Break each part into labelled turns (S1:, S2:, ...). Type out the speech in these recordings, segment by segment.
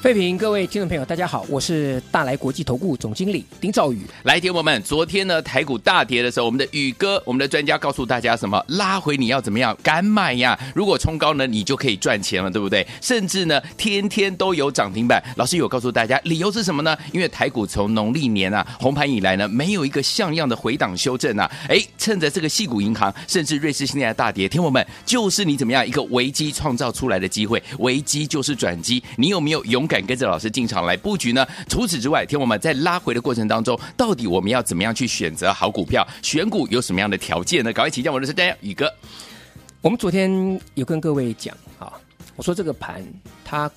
S1: 费评各位听众朋友，大家好，我是大来国际投顾总经理丁兆宇。
S2: 来，听众朋友们，昨天呢台股大跌的时候，我们的宇哥，我们的专家告诉大家什么？拉回你要怎么样？敢买呀！如果冲高呢，你就可以赚钱了，对不对？甚至呢，天天都有涨停板。老师有告诉大家，理由是什么呢？因为台股从农历年啊红盘以来呢，没有一个像样的回档修正啊。哎，趁着这个细股银行，甚至瑞士信贷的大跌，听众朋友们，就是你怎么样一个危机创造出来的机会，危机就是转机。你有没有勇敢跟着老师进场来布局呢？除此之外，听我们在拉回的过程当中，到底我们要怎么样去选择好股票？选股有什么样的条件呢？赶快请教我们的专家宇哥。
S1: 我们昨天有跟各位讲啊，我说这个盘它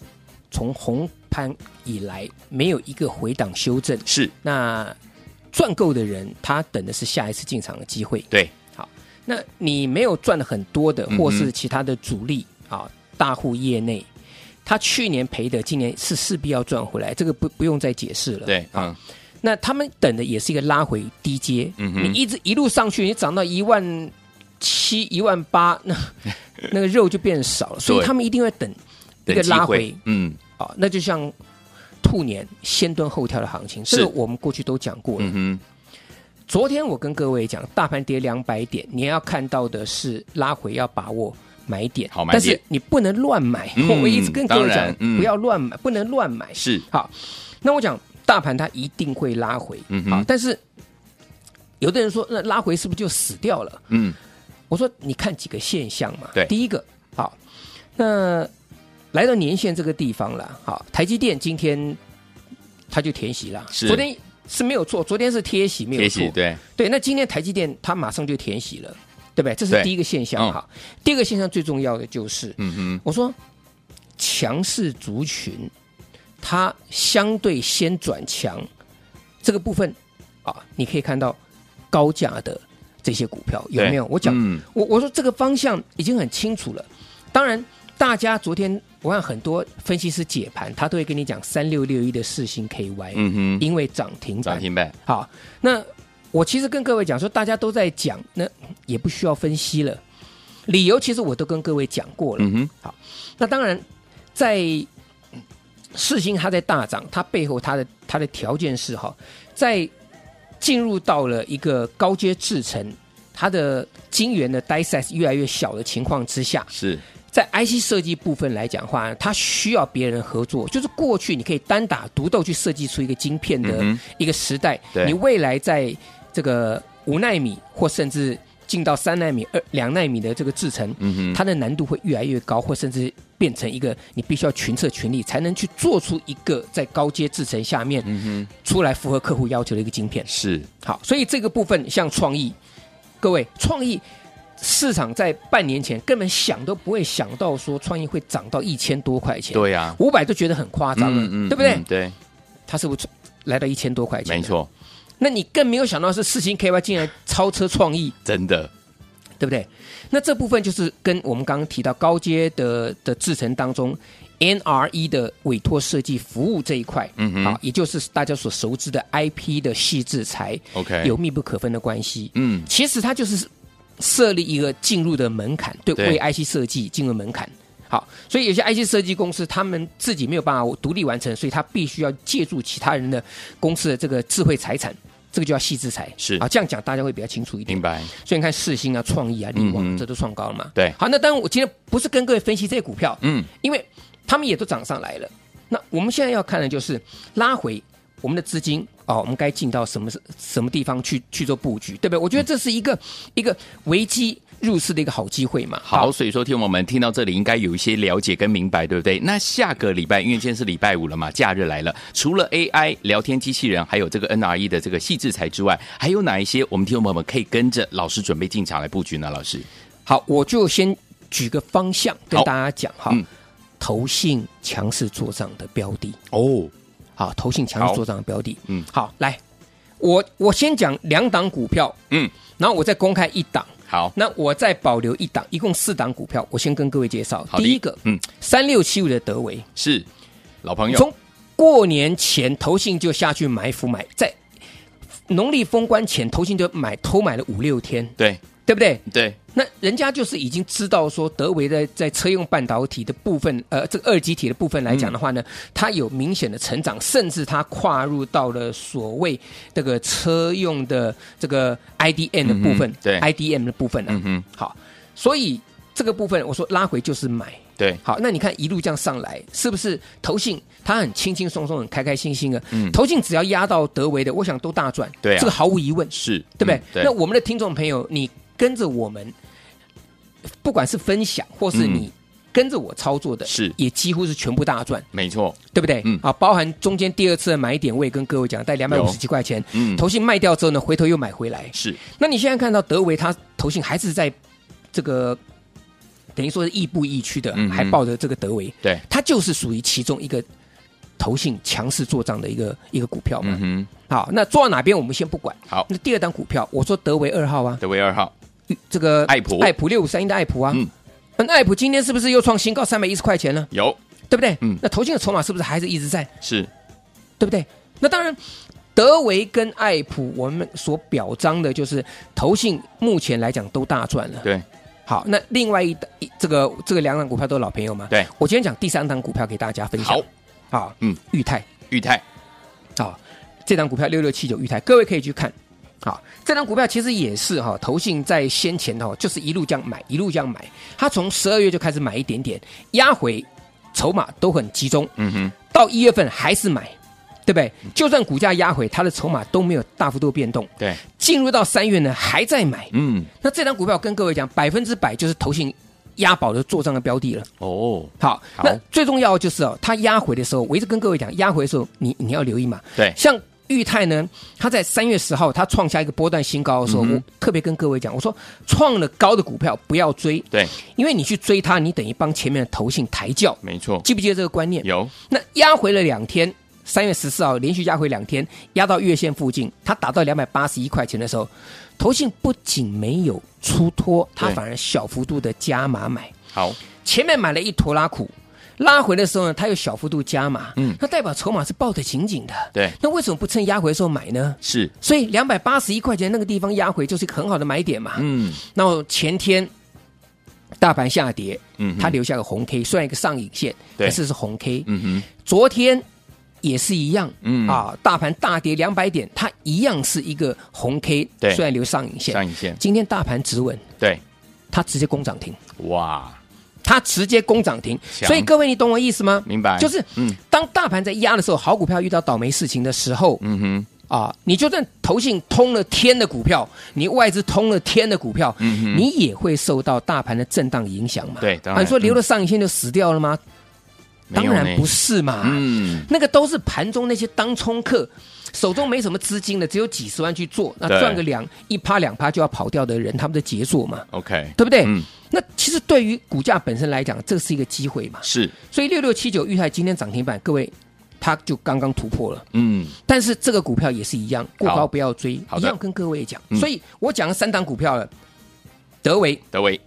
S1: 从红盘以来没有一个回档修正，
S2: 是
S1: 那赚够的人他等的是下一次进场的机会。
S2: 对，
S1: 好，那你没有赚的很多的
S2: 嗯，哼
S1: 或是其他的主力啊，大户业内，他去年赔的，今年是势必要赚回来，这个不不用再解释了。
S2: 对，嗯，
S1: 那他们等的也是一个拉回低阶，
S2: 嗯哼
S1: 你一直一路上去，你涨到一万七、一万八， 那那个肉就变少了，所以
S2: 对
S1: 他们一定会等一个
S2: 等机
S1: 拉
S2: 会
S1: 回，
S2: 嗯，
S1: 啊、那就像兔年先蹲后跳的行情，
S2: 是
S1: 这个我们过去都讲过了。
S2: 嗯
S1: 昨天我跟各位讲，大盘跌两百点，你要看到的是拉回要把握。买点，
S2: 好买
S1: 但
S2: 点
S1: 是你不能乱买。
S2: 嗯
S1: 我一直跟各位
S2: 当
S1: 讲
S2: 然，嗯
S1: 不要乱买，不能乱买
S2: 哼，。是，
S1: 好，那我讲大盘它一定会拉回，
S2: 嗯
S1: 好
S2: 哼，，
S1: 但是有的人说，那拉回是不是就死掉了？
S2: 嗯，
S1: 我说，你看几个现象嘛。
S2: 对
S1: 第一个，好，那来到年线这个地方了，好，台积电今天它就填息了，
S2: 是
S1: 昨天是没有错，昨天是贴息没有
S2: 也
S1: 错
S2: 许，对，
S1: 对，那今天台积电它马上就填息了，对不对？这是
S2: 对
S1: 第一个现象
S2: 嗯
S1: 哈。第二个现象最重要的就是，
S2: 嗯哼，
S1: 我说强势族群，它相对先转强这个部分啊，你可以看到高价的这些股票有
S2: 对
S1: 没有？我讲，哎
S2: 嗯，
S1: 我我说这个方向已经很清楚了。当然，大家昨天我看很多分析师解盘，他都会跟你讲三六六一的四星 KY，、
S2: 嗯哼，
S1: 因为涨停
S2: 涨
S1: 板。
S2: 停板，
S1: 好，那我其实跟各位讲说，大家都在讲，那也不需要分析了。理由其实我都跟各位讲过了。
S2: 嗯哼，
S1: 那当然，在世星它在大涨，它背后它的它的条件是哈，在进入到了一个高阶制程，它的晶圆的 die size 越来越小的情况之下，
S2: 是，
S1: 在 IC 设计部分来讲的话，它需要别人合作，就是过去你可以单打独斗去设计出一个晶片的
S2: 嗯哼
S1: 一个时代，
S2: 对
S1: 你未来在这个五纳米或甚至进到三纳米、二两纳米的这个制程，
S2: 嗯哼，
S1: 它的难度会越来越高，或甚至变成一个你必须要群策群力才能去做出一个在高阶制程下面
S2: 嗯哼，
S1: 出来符合客户要求的一个晶片。
S2: 是，
S1: 好，所以这个部分像创意，各位创意市场在半年前根本想都不会想到说创意会涨到一千多块钱，
S2: 对啊呀，
S1: 五百都觉得很夸张了，对不对？
S2: 嗯对，
S1: 它是不是来到一千多块钱？
S2: 没。错，
S1: 那你更没有想到是四星 KY 竟然超车创意，
S2: 真的，
S1: 对不对？那这部分就是跟我们刚刚提到高阶的的制程当中，NRE 的委托设计服务这一块，
S2: 嗯哼
S1: 啊，也就是大家所熟知的 IP 的细制裁
S2: OK
S1: 有密不可分的关系。
S2: 嗯，
S1: 其实它就是设立一个进入的门槛，对
S2: 对
S1: 为 IC 设计进入门槛。好，所以有些 IC 设计公司他们自己没有办法独立完成，所以他必须要借助其他人的公司的这个智慧财产，这个就叫细制裁。
S2: 是
S1: 啊，这样讲大家会比较清楚一点
S2: 明。白，
S1: 所以你看世新啊、创意啊、力
S2: 嗯
S1: 旺，
S2: 哼
S1: 这都创高了嘛。
S2: 对
S1: 好，那当然我今天不是跟各位分析这些股票，
S2: 嗯，
S1: 因为他们也都涨上来了。那我们现在要看的就是拉回我们的资金哦，我们该进到什么什么地方去去做布局，对不对？我觉得这是一个一个危机入市的一个好机会嘛。
S2: 好，所以说听我们听到这里，应该有一些了解跟明白，对不对？那下个礼拜，因为今天是礼拜五了嘛，假日来了，除了 AI 聊天机器人，还有这个 NRE 的这个细制裁之外，还有哪一些我们听众朋友们可以跟着老师准备进场来布局呢？老师，
S1: 好，我就先举个方向跟
S2: 好
S1: 大家讲哈
S2: 嗯，
S1: 投信强势做涨的标的，
S2: 哦，
S1: 好，投信强势做涨的标的，
S2: 嗯
S1: 嗯，好，来，我我先讲两档股票，
S2: 嗯，
S1: 然后我再公开一档，
S2: 好，
S1: 那我再保留一档，一共四档股票，我先跟各位介绍
S2: 好。的
S1: 第一个，
S2: 嗯，
S1: 三六七五的德维，
S2: 是老朋友，
S1: 从过年前投信就下去埋伏买，在农历封关前投信就买偷买了五六天，
S2: 对
S1: 对不对？
S2: 对，
S1: 那人家就是已经知道说，德维在在车用半导体的部分，呃，这个二级体的部分来讲的话呢，它有明显的成长，甚至它跨入到了所谓这个车用的这个 IDM 的部分
S2: 嗯，哼对
S1: IDM 的部分啊，
S2: 嗯哼，
S1: 好，所以这个部分我说拉回就是买。
S2: 对，
S1: 好，那你看一路这样上来，是不是投信它很轻轻松松、很开开心心的？
S2: 嗯
S1: 投信只要压到德维的，我想都大赚。
S2: 对啊
S1: 这个毫无疑问。
S2: 是，
S1: 对不对？
S2: 嗯
S1: 那我们的听众朋友，你跟着我们，不管是分享或是
S2: 嗯
S1: 你跟着我操作的，
S2: 是
S1: 也几乎是全部大赚，
S2: 没错，
S1: 对不对？
S2: 嗯
S1: 啊，包含中间第二次的买点，我也跟各位讲，带两百五
S2: 有
S1: 十几块钱，
S2: 嗯，
S1: 投信卖掉之后呢，回头又买回来。
S2: 是
S1: 那你现在看到德维他投信还是在这个。等于说是亦步亦趋的
S2: 嗯，
S1: 还抱着这个德维，
S2: 对，
S1: 它就是属于其中一个投信强势做账的一个一个股票嘛。
S2: 嗯
S1: 好，那做到哪边我们先不管。
S2: 哼，好，
S1: 那第二档股票，我说德维二号啊，
S2: 德威二号，
S1: 这个
S2: 爱普
S1: 爱普六五三一的爱普啊，
S2: 嗯
S1: 那爱普今天是不是又创新高三百一十块钱了？
S2: 有
S1: 对不对？
S2: 嗯
S1: 那投信的筹码是不是还是一直在？
S2: 是，
S1: 对不对？那当然，德维跟爱普我们所表彰的就是投信目前来讲都大赚了。
S2: 对，
S1: 好，那另外一一这个这个两档股票都是老朋友嘛。
S2: 对，
S1: 我今天讲第三档股票给大家分享。
S2: 好，
S1: 好，
S2: 嗯
S1: 嗯，裕泰，
S2: 裕泰，
S1: 好，这档股票六六七九裕泰，各位可以去看。好，这档股票其实也是哈、投信在先前哈、就是一路这样买，一路这样买，它从十二月就开始买一点点，压回，筹码都很集中，
S2: 嗯哼，
S1: 到一月份还是买，对不对？就算股价压回，它的筹码都没有大幅度变动，
S2: 对，
S1: 进入到三月呢还在买，
S2: 嗯，
S1: 那这档股票跟各位讲，百分之百就是投信押宝的做账的标的了。
S2: 哦，
S1: 好，
S2: 好
S1: 那最重要的就是哦，它压回的时候，我一直跟各位讲，压回的时候你你要留意嘛，
S2: 对，
S1: 像裕泰呢，它在三月十号它创下一个波段新高的时候，
S2: 嗯哼
S1: 我特别跟各位讲，我说创了高的股票不要追，
S2: 对，
S1: 因为你去追它，你等于帮前面的投信抬轿，
S2: 没错，
S1: 记不记得这个观念？
S2: 有，
S1: 那压回了两天，三月十四号连续压回两天，压到月线附近，它打到两百八十一块钱的时候，投信不仅没有出脱，它
S2: 对
S1: 反而小幅度的加码买，
S2: 好，
S1: 前面买了一坨拉苦。拉回的时候呢，它又小幅度加码，
S2: 嗯
S1: 那代表筹码是抱得紧紧的，
S2: 对，
S1: 那为什么不趁压回的时候买呢？
S2: 是，
S1: 所以两百八十一块钱那个地方压回就是一个很好的买点嘛。
S2: 嗯
S1: 那我前天大盘下跌，
S2: 嗯哼
S1: 它留下个红 K，虽然一个上影线，
S2: 对
S1: 但是是红 K。
S2: 嗯哼，
S1: 昨天也是一样，
S2: 嗯
S1: 啊，大盘大跌两百点，它一样是一个红 K，
S2: 对
S1: 虽然留上影线。
S2: 上影线，
S1: 今天大盘止稳，
S2: 对，
S1: 它直接攻涨停，
S2: 哇，
S1: 它直接攻涨停。
S2: 强
S1: 所以各位，你懂我意思吗？
S2: 明白，
S1: 就是
S2: 嗯
S1: 当大盘在压的时候，好股票遇到倒霉事情的时候，
S2: 嗯哼，
S1: 啊，你就算投信通了天的股票，你外资通了天的股票，
S2: 嗯哼
S1: 你也会受到大盘的震荡影响嘛？
S2: 对当然嗯
S1: 啊、你说留了上影线就死掉了吗？
S2: 没
S1: 当
S2: 有
S1: 然
S2: 呢
S1: 不是嘛，
S2: 嗯，
S1: 那个都是盘中那些当冲客。手中没什么资金的，只有几十万去做，那
S2: 对
S1: 赚个两一趴两趴就要跑掉的人，他们的杰作嘛，
S2: OK，
S1: 对不对？
S2: 嗯
S1: 那其实对于股价本身来讲，这是一个机会嘛。
S2: 是，
S1: 所以六六七九裕泰今天涨停板，各位，它就刚刚突破了。
S2: 嗯
S1: 但是这个股票也是一样，过
S2: 好
S1: 高不要追，
S2: 好
S1: 一
S2: 的
S1: 样跟各位讲。
S2: 嗯
S1: 所以我讲了三档股票了，德维
S2: 德维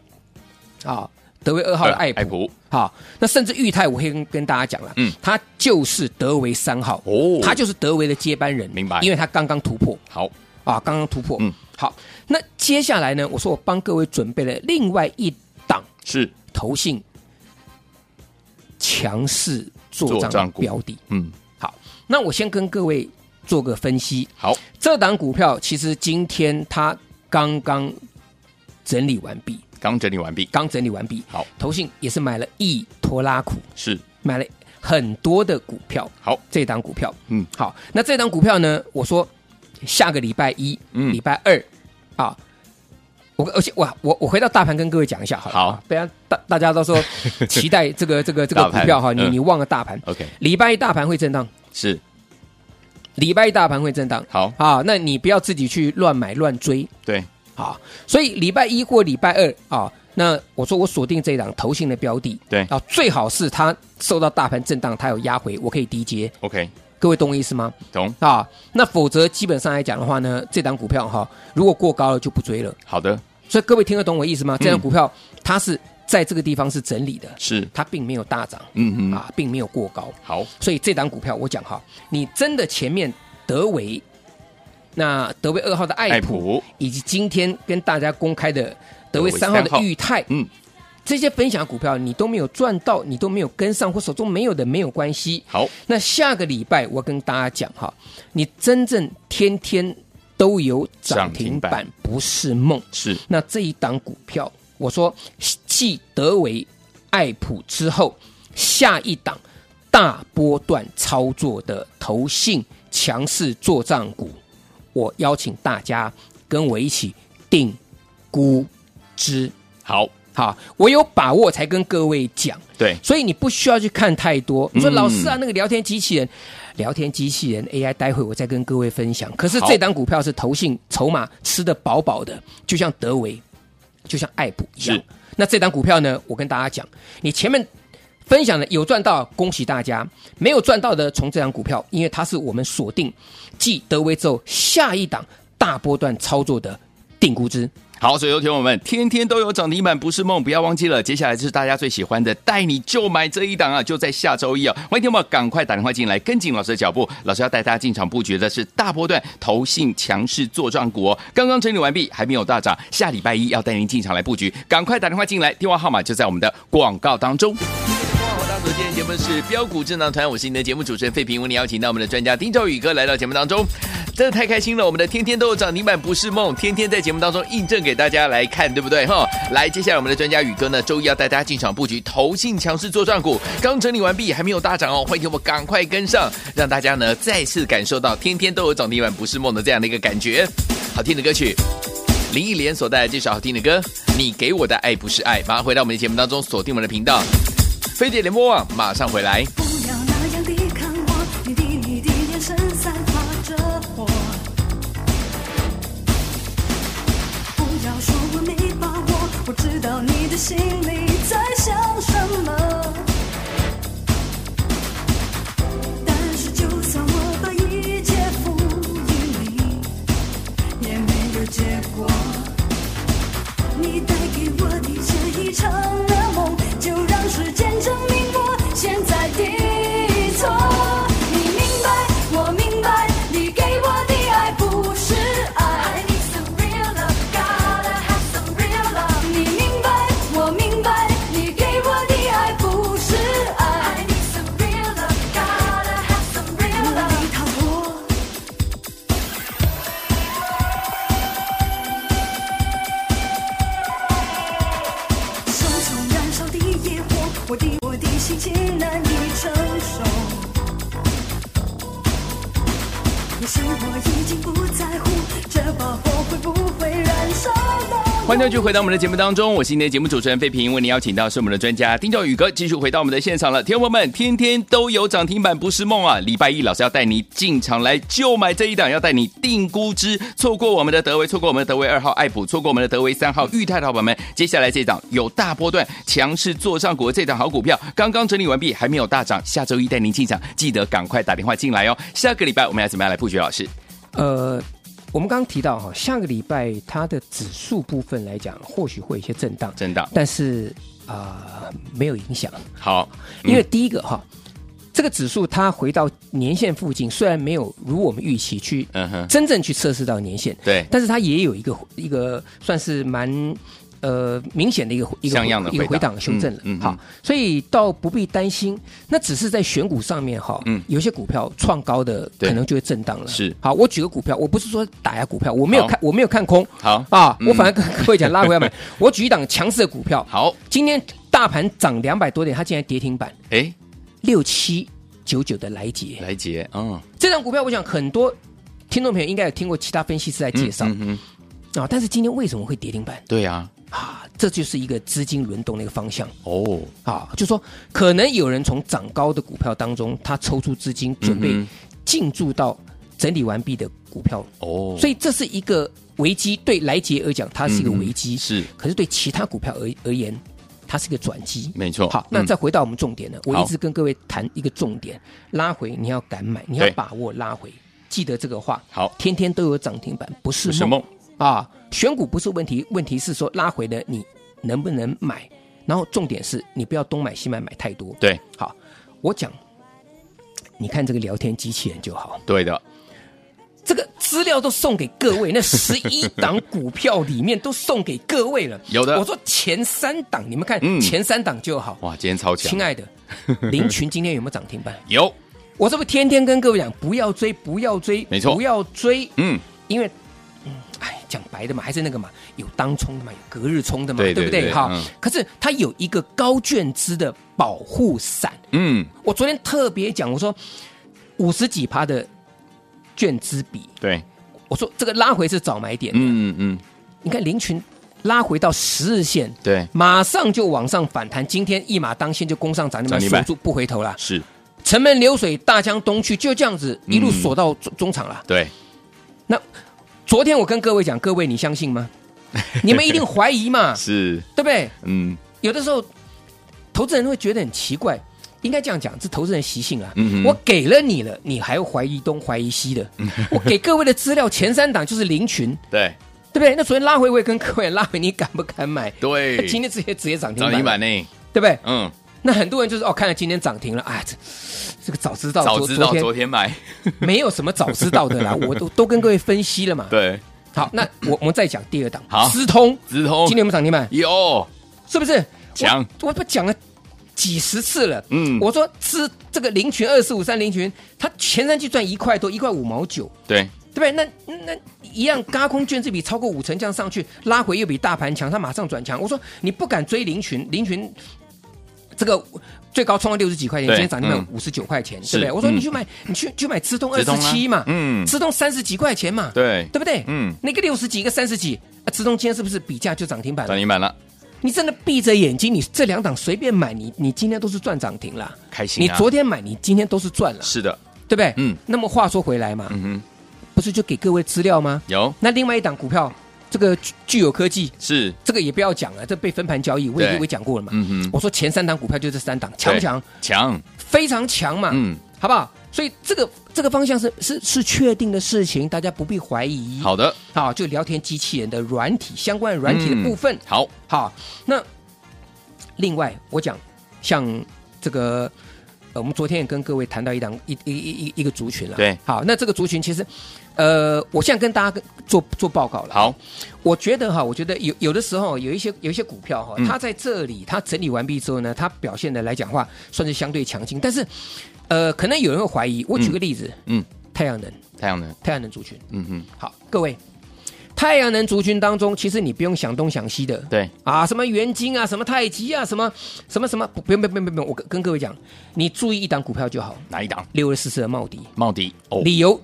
S1: 啊，德维二号的
S2: 呃
S1: 爱普，
S2: 爱普
S1: 好，那甚至裕泰，我会跟跟大家讲了，
S2: 嗯
S1: 嗯，它就是德维三号，
S2: 哦
S1: 它就是德维的接班人，
S2: 明白
S1: 因为它刚刚突破
S2: 好，
S1: 啊，刚刚突破，
S2: 嗯
S1: 嗯，好，那接下来呢，我说我帮各位准备了另外一档
S2: 是，
S1: 投信强势做
S2: 做账
S1: 账
S2: 股
S1: 标的，
S2: 嗯，
S1: 好，那我先跟各位做个分析，
S2: 好，
S1: 这档股票其实今天它刚刚整理完毕，
S2: 刚整理完毕，
S1: 刚整理完毕。
S2: 好，
S1: 投信也是买了一拖拉苦，
S2: 是，
S1: 买了很多的股票。
S2: 好，
S1: 这档股票，
S2: 嗯，
S1: 好，那这档股票呢？我说下个礼拜一、
S2: 嗯
S1: 礼拜二啊，我而且哇，我我回到大盘跟各位讲一下好了，
S2: 好
S1: 啊，不然大大 家到时候期待这个这个这个
S2: 大
S1: 股
S2: 盘
S1: 票哈，你
S2: 嗯
S1: 你忘了大盘，
S2: OK，
S1: 礼拜一大盘会震荡，
S2: 是
S1: 礼拜一大盘会震荡
S2: 好，
S1: 啊，那你不要自己去乱买乱追
S2: 对，
S1: 啊，所以礼拜一或礼拜二啊，那我说我锁定这一档投信的标的，
S2: 对
S1: 啊，最好是它受到大盘震荡，它有压回，我可以低接，
S2: OK，
S1: 各位懂我意思吗？
S2: 懂，
S1: 啊，那否则基本上来讲的话呢，这档股票哈、如果过高了就不追了。
S2: 好的，
S1: 所以各位听得懂我意思吗？这档
S2: 嗯
S1: 股票、它是在这个地方是整理的，
S2: 是，
S1: 它并没有大涨
S2: 嗯嗯，
S1: 啊，并没有过高。
S2: 好，
S1: 所以这档股票我讲哈，你真的前面德维，那德维二号的爱
S2: 爱
S1: 普，
S2: 普，
S1: 以及今天跟大家公开的
S2: 德
S1: 德维
S2: 维
S1: 三号
S2: 三号
S1: 的裕泰，
S2: 嗯，
S1: 这些分享股票你都没有赚到，你都没有跟上或手中没有的没有关系。
S2: 好，
S1: 那下个礼拜我跟大家讲哈，你真正天天都有涨停
S2: 涨
S1: 板
S2: 停
S1: 不是梦。
S2: 是
S1: 那这一档股票，我说继德维、爱普之后，下一档大波段操作的投信强势做账股，我邀请大家跟我一起定估值。
S2: 好，
S1: 好，我有把握才跟各位讲。
S2: 对，
S1: 所以你不需要去看太多。你说
S2: 嗯
S1: 老师啊，那个聊天机器人，聊天机器人 AI，待会我再跟各位分享。可是
S2: 好
S1: 这档股票是投信筹码吃的饱饱的，就像德维，就像爱普一样
S2: 是。
S1: 那这档股票呢，我跟大家讲，你前面分享的有赚到，恭喜大家；没有赚到的，从这档股票，因为它是我们锁定继德维之后下一档大波段操作的定估值。
S2: 好，所以有听我们天天都有涨停板不是梦，不要忘记了。接下来就是大家最喜欢的，带你就买这一档啊，就在下周一啊！欢迎听众朋友赶快打电话进来，跟紧老师的脚步。老师要带大家进场布局的是大波段投信强势做账股哦，刚刚整理完毕，还没有大涨，下礼拜一要带您进场来布局，赶快打电话进来，电话号码就在我们的广告当中。所今天节目是标股智囊团，我是你的节目主持人费平，为你邀请到我们的专家丁兆宇哥来到节目当中，真的太开心了！我们的天天都有涨停板不是梦，天天在节目当中印证给大家来看，对不对哈？来，接下来我们的专家宇哥呢，周一要带大家进场布局投信强势做账股，刚整理完毕，还没有大涨哦，欢迎我赶快跟上，让大家呢再次感受到天天都有涨停板不是梦的这样的一个感觉。好听的歌曲，林忆莲所带来这首好听的歌《你给我的爱不是爱》，马上回到我们的节目当中，锁定我们的频道。飞碟联播网马上回来。
S3: 不要那样的看我，你的你的眼神散发着火。不要说我没把握，我知道你的心里在想什么。但是就算我把一切付与你，也没有结果。你带给我的这一场噩梦，就让时间证明我现在的错。你明白，我明白，你给我的爱不是爱。你明白，我明白，你给我的爱不是爱。我没逃脱。手中燃烧的野火，我的我的心情难以承受。也许我已经不在乎，这把火会不会燃烧到我
S2: 欢迎继续回到我们的节目当中，我是今天的节目主持人费平，为您邀请到是我们的专家丁兆宇哥，继续回到我们的现场了。听众朋友们，天天都有涨停板不是梦啊！礼拜一老师要带你进场来就买这一档，要带你定估值，错过我们的德维，错过我们的德维二号爱普，错过我们的德维三号裕泰的好朋友们，接下来这档有大波段强势做上股的这档好股票，刚刚整理完毕，还没有大涨，下周一带您进场，记得赶快打电话进来哦。下个礼拜我们要怎么样来布局？老师，
S1: 呃，我们刚刚提到哈，下个礼拜它的指数部分来讲，或许会有一些震荡，
S2: 震荡
S1: 但是啊、没有影响，
S2: 好，嗯
S1: 因为第一个哈，这个指数它回到年线附近，虽然没有如我们预期去
S2: 嗯哼，
S1: 真正去测试到年线，
S2: 对
S1: 但是它也有一个一个算是蛮呃明显的一个一个
S2: 像样的
S1: 一个
S2: 回
S1: 回
S2: 档
S1: 档的修正了。
S2: 嗯嗯
S1: 好，所以倒不必担心，那只是在选股上面哈，
S2: 嗯
S1: 有些股票创高的
S2: 对
S1: 可能就会震荡了。
S2: 是
S1: 好，我举个股票，我不是说打压股票，我没有
S2: 好
S1: 看我没有看空
S2: 好
S1: 啊，
S2: 嗯
S1: 我反而跟各位讲拉回 来买，我举一档强势的股票，
S2: 好，
S1: 今天大盘涨两百多点，它竟然跌停板
S2: 哎，
S1: 六七九九的来捷，
S2: 来杰，嗯。
S1: 这张股票我想很多听众朋友应该有听过其他分析师在介绍，
S2: 嗯嗯嗯
S1: 啊，但是今天为什么会跌停板
S2: 对啊，
S1: 啊？这就是一个资金轮动的一个方向
S2: 哦，
S1: 啊，就说可能有人从涨高的股票当中，他抽出资金准备
S2: 嗯
S1: 进驻到整理完毕的股票，
S2: 哦，嗯
S1: 所以这是一个危机。对莱杰而讲，它是一个危机，
S2: 是
S1: 可是对其他股票而而言，它是一个转机。
S2: 没错。
S1: 好，那
S2: 嗯
S1: 再回到我们重点呢，我
S2: 好
S1: 一直跟各位谈一个重点，拉回你要敢买，你要
S2: 对
S1: 把握拉回，记得这个话。
S2: 好
S1: 天天都有涨停板不是
S2: 不是
S1: 梦
S2: 梦
S1: 啊，选股不是问题，问题是说拉回的你能不能买，然后重点是你不要东买西买买太多。，
S2: 对
S1: 好，我讲，你看这个聊天机器人就好，
S2: 对的，
S1: 这个资料都送给各位，那十一档股票里面都送给各位了。
S2: 有的
S1: 我说前三档，你们看
S2: 嗯
S1: 前三档就好。
S2: 哇，今天超强，
S1: 亲爱的，林群今天有没有涨停板？
S2: 有，
S1: 我是不是天天跟各位讲，不要追，不要追，
S2: 没错
S1: 不要追，
S2: 嗯，
S1: 因为，嗯，哎，讲白的嘛，还是那个嘛，有当冲的嘛，有隔日冲的嘛，
S2: 对
S1: 不
S2: 对
S1: 对？
S2: 对
S1: 哈、
S2: 嗯
S1: 可是它有一个高卷资的保护伞。
S2: 嗯，
S1: 我昨天特别讲，我说五十几趴的卷资比，
S2: 对，
S1: 我说这个拉回是早买点。
S2: 嗯嗯嗯，
S1: 你看林群拉回到十日线，
S2: 对，
S1: 马上就往上反弹，今天一马当先就攻上涨停
S2: 涨
S1: 板，
S2: 停
S1: 锁
S2: 板
S1: 住不回头了。
S2: 是，
S1: 城门流水，大江东去，就这样子
S2: 嗯
S1: 一路锁到中中场了。
S2: 对，
S1: 那昨天我跟各位讲，各位你相信 吗？你们一定怀疑嘛，
S2: 是，
S1: 对不对？
S2: 嗯
S1: 有的时候，投资人会觉得很奇怪，应该这样讲，这投资人习性啊。
S2: 嗯哼
S1: 我给了你了，你还要怀疑东怀疑西 的。我给各位的资料，前三档就是林群，
S2: 对
S1: 对不对？那昨天拉回，我也跟各位拉回，你敢不敢买？
S2: 对，
S1: 哎今天直接直接涨停
S2: 涨
S1: 板，
S2: 停板呢，
S1: 对不对？
S2: 嗯，
S1: 那很多人就是哦，看了今天涨停了，哎，这这个早知道，
S2: 早知道
S1: 昨
S2: 昨
S1: 昨
S2: 天买，
S1: 天 没有什么早知道的 啦，我都都跟各位分析了嘛。
S2: 对，
S1: 好，那我我们再讲第二档，
S2: 好哦
S1: 思通，
S2: 直通
S1: 今天我们涨停板
S2: 有，
S1: 是不是？
S2: 强
S1: 我，我不讲了几十次了，
S2: 嗯
S1: 我说资这个零群二四五三零群，它前三季赚一块多，一块五毛九，
S2: 对，
S1: 对不对？那那一样，嘎空卷子比超过五成这样上去，拉回又比大盘强，它马上转强。我说你不敢追零群，零群这个最高冲到六十几块钱，
S2: 对
S1: 今天涨
S2: 嗯
S1: 停板五十九块钱，
S2: 是
S1: 对不对？我说
S2: 嗯
S1: 你去买，你去去买资通二
S2: 直
S1: 十
S2: 通啊
S1: 七嘛，
S2: 嗯
S1: 资通三十几块钱嘛，
S2: 对
S1: 对不对？
S2: 嗯
S1: 那个六十几，一个三十几，啊，资通今天是不是比价就涨停板
S2: 涨
S1: 了？
S2: 停板了，
S1: 你真的闭着眼睛，你这两档随便买，你你今天都是赚涨停啦。
S2: 开心
S1: 你
S2: 啊，
S1: 昨天买，你今天都是赚了，
S2: 是的，
S1: 对不对？
S2: 嗯。
S1: 那么话说回来嘛，
S2: 嗯哼，
S1: 不是就给各位资料吗？
S2: 有，
S1: 那另外一档股票，这个具具有科技，
S2: 是，
S1: 这个也不要讲了，这被分盘交易，我
S2: 对
S1: 也我也讲过了嘛。
S2: 嗯哼
S1: 我说前三档股票就这三档，强不
S2: 对
S1: 强？
S2: 强，
S1: 非常强嘛，
S2: 嗯，
S1: 好不好？所以这个这个方向是是是确定的事情，大家不必怀疑。
S2: 好的，
S1: 好，就聊天机器人的软体相关软体的部分。
S2: 好，
S1: 好，那另外我讲，像这个，呃，我们昨天也跟各位谈到一档一一一一一个族群了。
S2: 对
S1: 好，那这个族群其实，呃，我现在跟大家跟做做报告了。
S2: 好，
S1: 我觉得哈，我觉得有有的时候有一些有一些股票哈
S2: 嗯，
S1: 它在这里它整理完毕之后呢，它表现的来讲话算是相对强劲，但是，呃，可能有人会怀疑。我举个例子，
S2: 嗯嗯
S1: 太阳能，
S2: 太阳能，
S1: 太阳能族群，
S2: 嗯哼，
S1: 好，各位，太阳能族群当中，其实你不用想东想西的，
S2: 对，
S1: 啊，什么元晶啊，什么太极啊，什么什么什么，不不用不用不用不用，我跟跟各位讲，你注意一档股票就好，
S2: 哪一档？
S1: 六二四四的茂迪，
S2: 茂迪，哦，
S1: 理由，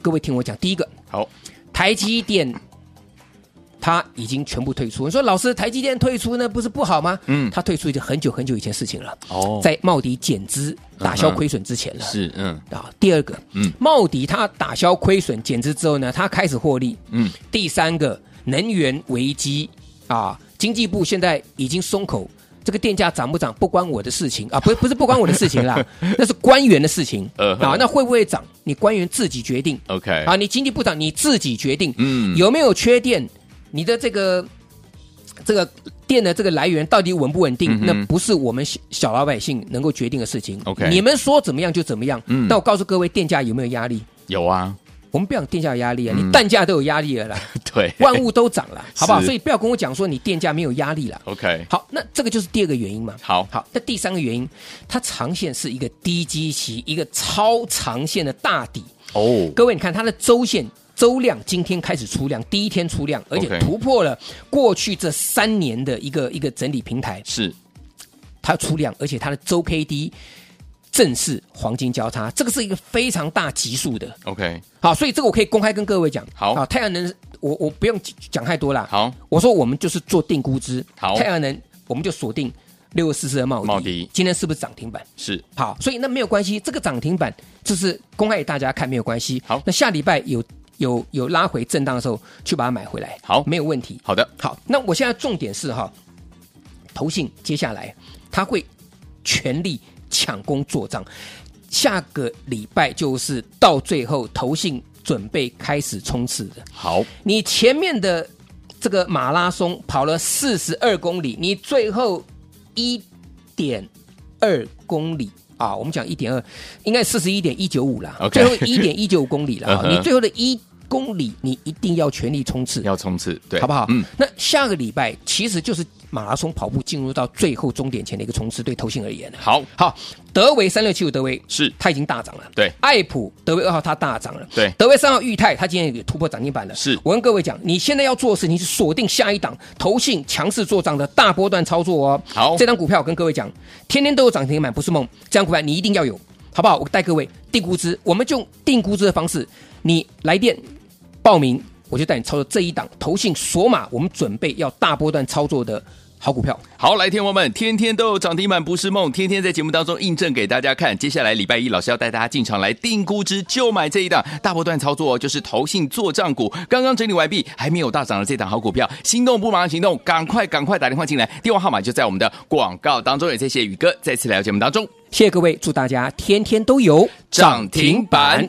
S1: 各位听我讲，第一个，
S2: 好，
S1: 台积电。它已经全部退出。你说老师，台积电退出那不是不好吗？
S2: 嗯
S1: 它退出已经很久很久以前事情了，
S2: 哦，
S1: 在茂迪减资、打
S2: 嗯
S1: 消
S2: 哼
S1: 亏损之前了。
S2: 是，嗯
S1: 啊，第二个，
S2: 嗯
S1: 嗯，茂迪它打消亏损减资之后呢，它开始获利。
S2: 嗯，
S1: 第三个，能源危机啊，经济部现在已经松口，这个电价涨不涨不关我的事情啊，不是不是不关我的事 情啦，那是官员的事情。
S2: 呃
S1: 啊，那会不会涨，你官员自己决定。
S2: ，OK，
S1: 啊，你经济部长你自己决定。
S2: 哎嗯
S1: 有没有缺电，你的这个这个电的这个来源到底稳不稳定
S2: 嗯，哼
S1: 那不是我们小小老百姓能够决定的事情。
S2: OK
S1: 你们说怎么样就怎么样。
S2: 嗯
S1: 但我告诉各位，电价有没有压力？
S2: 有啊，
S1: 我们不讲电价有压力啊，你蛋价都有压力了啦，
S2: 嗯对，
S1: 万物都涨 了，好不好？
S2: 是
S1: 所以不要跟我讲说你电价没有压力了。
S2: ，OK，
S1: 好，那这个就是第二个原因嘛。
S2: 好
S1: 好，那第三个原因，它长线是一个低基期，一个超长线的大底。
S2: 哦，
S1: 各位，你看它的周线周量今天开始出量，第一天出量，而
S2: OK
S1: 且突破了过去这三年的一个一个整理平台，
S2: 是，
S1: 它出量，而且它的周 K D 正是黄金交叉，这个是一个非常大级数的。
S2: OK，
S1: 好，所以这个我可以公开跟各位讲。啊
S2: 好
S1: 太阳能，我我不用讲太多啦。
S2: 好，
S1: 我说我们就是做定估值。
S2: 好
S1: 太阳能我们就锁定六二四四的茂迪，
S2: 茂迪
S1: 今天是不是涨停板？
S2: 是
S1: 好，所以那没有关系，这个涨停板就是公开给大家看，没有关系。
S2: 好
S1: 那下礼拜有有有拉回震荡的时候，去把它买回来。
S2: 好
S1: 没有问题。
S2: 好的，
S1: 好，那我现在重点是哈，投信接下来他会全力抢攻做账，下个礼拜就是到最后投信准备开始冲刺的。
S2: 好，
S1: 你前面的这个马拉松跑了四十二公里，你最后一点二公里啊，我们讲一点二，应该四十一点一九五啦
S2: OK
S1: 最后一点一九五 公里了
S2: 嗯
S1: 啊，
S2: 哼
S1: 你最后的一公里你一定要全力冲刺，
S2: 要冲刺，对，
S1: 好不好？
S2: 嗯，，
S1: 那下个礼拜其实就是马拉松跑步进入到最后终点前的一个冲刺，对投信而言呢。
S2: 好，
S1: 好，德维三六七五，德维
S2: 是
S1: 它已经大涨了。
S2: 对
S1: 爱普德维二号它大涨了。
S2: 对
S1: 德维三号裕泰它今天也突破涨停板了。
S2: 是
S1: 我跟各位讲，你现在要做的事情是锁定下一档投信强势做涨的大波段操作哦。
S2: 好
S1: 这张股票我跟各位讲，天天都有涨停板不是梦，这张股票你一定要有，好不好？我带各位定估值，我们就用定估值的方式，你来电报名，我就带你操作这一档投信索马，我们准备要大波段操作的好股票。
S2: 好，来，天王们，天天都有涨停板不是梦，天天在节目当中印证给大家看。接下来礼拜一，老师要带大家进场来定估值，就买这一档大波段操作哦，就是投信做账股。刚刚整理完毕，还没有大涨的这档好股票，心动不马上行动，赶快赶快打电话进来，电话号码就在我们的广告当中。也谢谢宇哥再次来到节目当中，
S1: 谢谢各位，祝大家天天都有
S2: 涨停板。